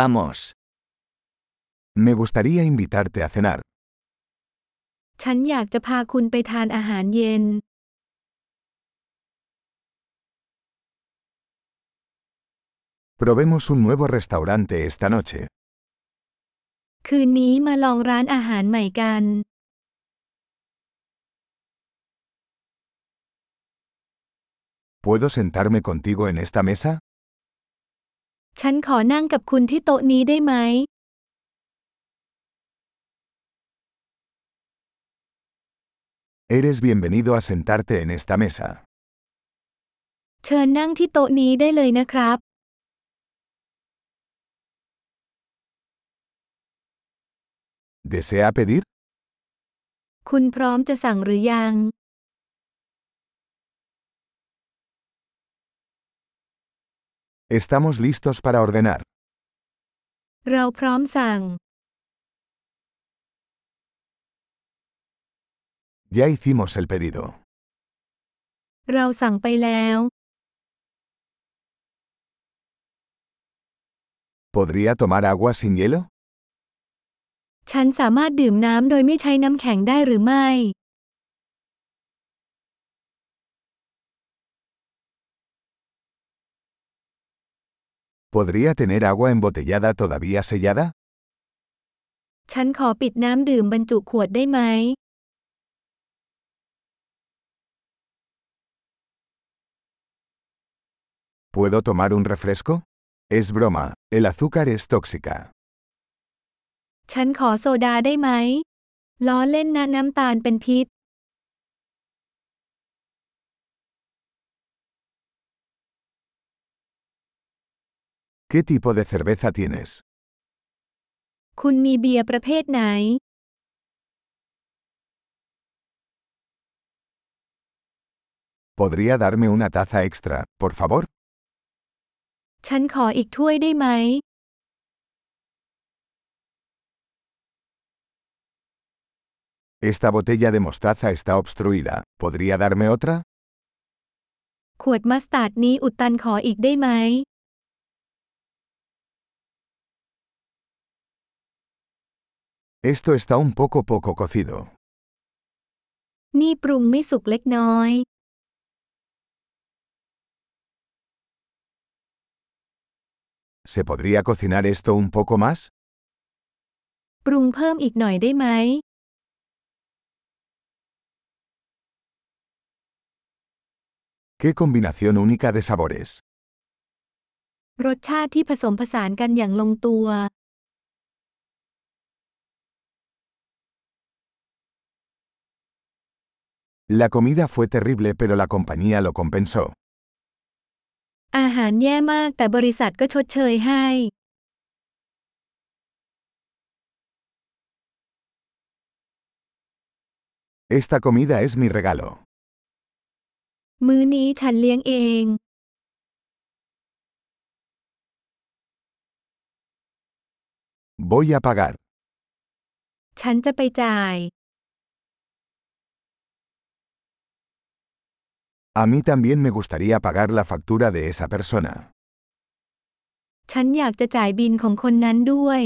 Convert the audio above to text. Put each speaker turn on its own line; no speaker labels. Vamos.
Me gustaría invitarte a cenar.
ฉันอยากจะพาคุณไปทานอาหารเย็น
Probemos un nuevo restaurante esta noche.
คืนนี้มาลองร้านอาหารใหม่กัน
¿Puedo sentarme contigo en esta mesa?
ฉันขอนั่งกับคุณที่โต๊ะนี้ได้ไหม
Eres bienvenido a sentarte en esta mesa.
เชิญนั่งที่โต๊ะนี้ได้เลยนะครับ
¿Desea pedir?
คุณพร้อมจะสั่งหรือยัง
Estamos listos para ordenar.
เราพร้อมสั่ง
Ya hicimos el pedido.
เราสั่งไปแล้ว
¿Podría tomar agua sin hielo?
ฉันสามารถดื่มน้ำโดยไม่ใช้น้ำแข็งได้หรือไม่
¿Podría tener agua embotellada todavía sellada?
ฉันขอปิดน้ำดื่มบรรจุขวดได้ไหม
¿Puedo tomar un refresco? Es broma, el azúcar es tóxica.
ฉันขอโซดาได้ไหม ล้อเล่นนะน้ำตาลเป็นพิษ
¿Qué tipo de cerveza tienes?
คุณมีเบียร์ประเภทไหน
¿Podría darme una taza extra, por favor?
ฉันขออีกถ้วยได้ไหม
Esta botella de mostaza está obstruida. ¿Podría darme otra?
ขวดมัสตาร์ดนี้อุดตันขออีกได้ไหม
Esto está un poco poco cocido.
นี่ปรุงไม่สุกเล็กน้อย
¿Se podría cocinar esto un poco más?
ปรุงเพิ่มอีกหน่อยได้ไหม
¡Qué combinación única de sabores!
รสชาติที่ผสมผสานกันอย่างลงตัว
La comida fue terrible pero la compañía lo compensó.
อาหารแย่มากแต่บริษัทก็ชดเชยให้
Esta comida es mi regalo.
มื้อนี้ฉันเลี้ยงเอง
Voy a pagar.
ฉันจะไปจ่าย
A mí también me gustaría pagar la factura de esa persona.
ฉันอยากจะจ่ายบินของคนนั้นด้วย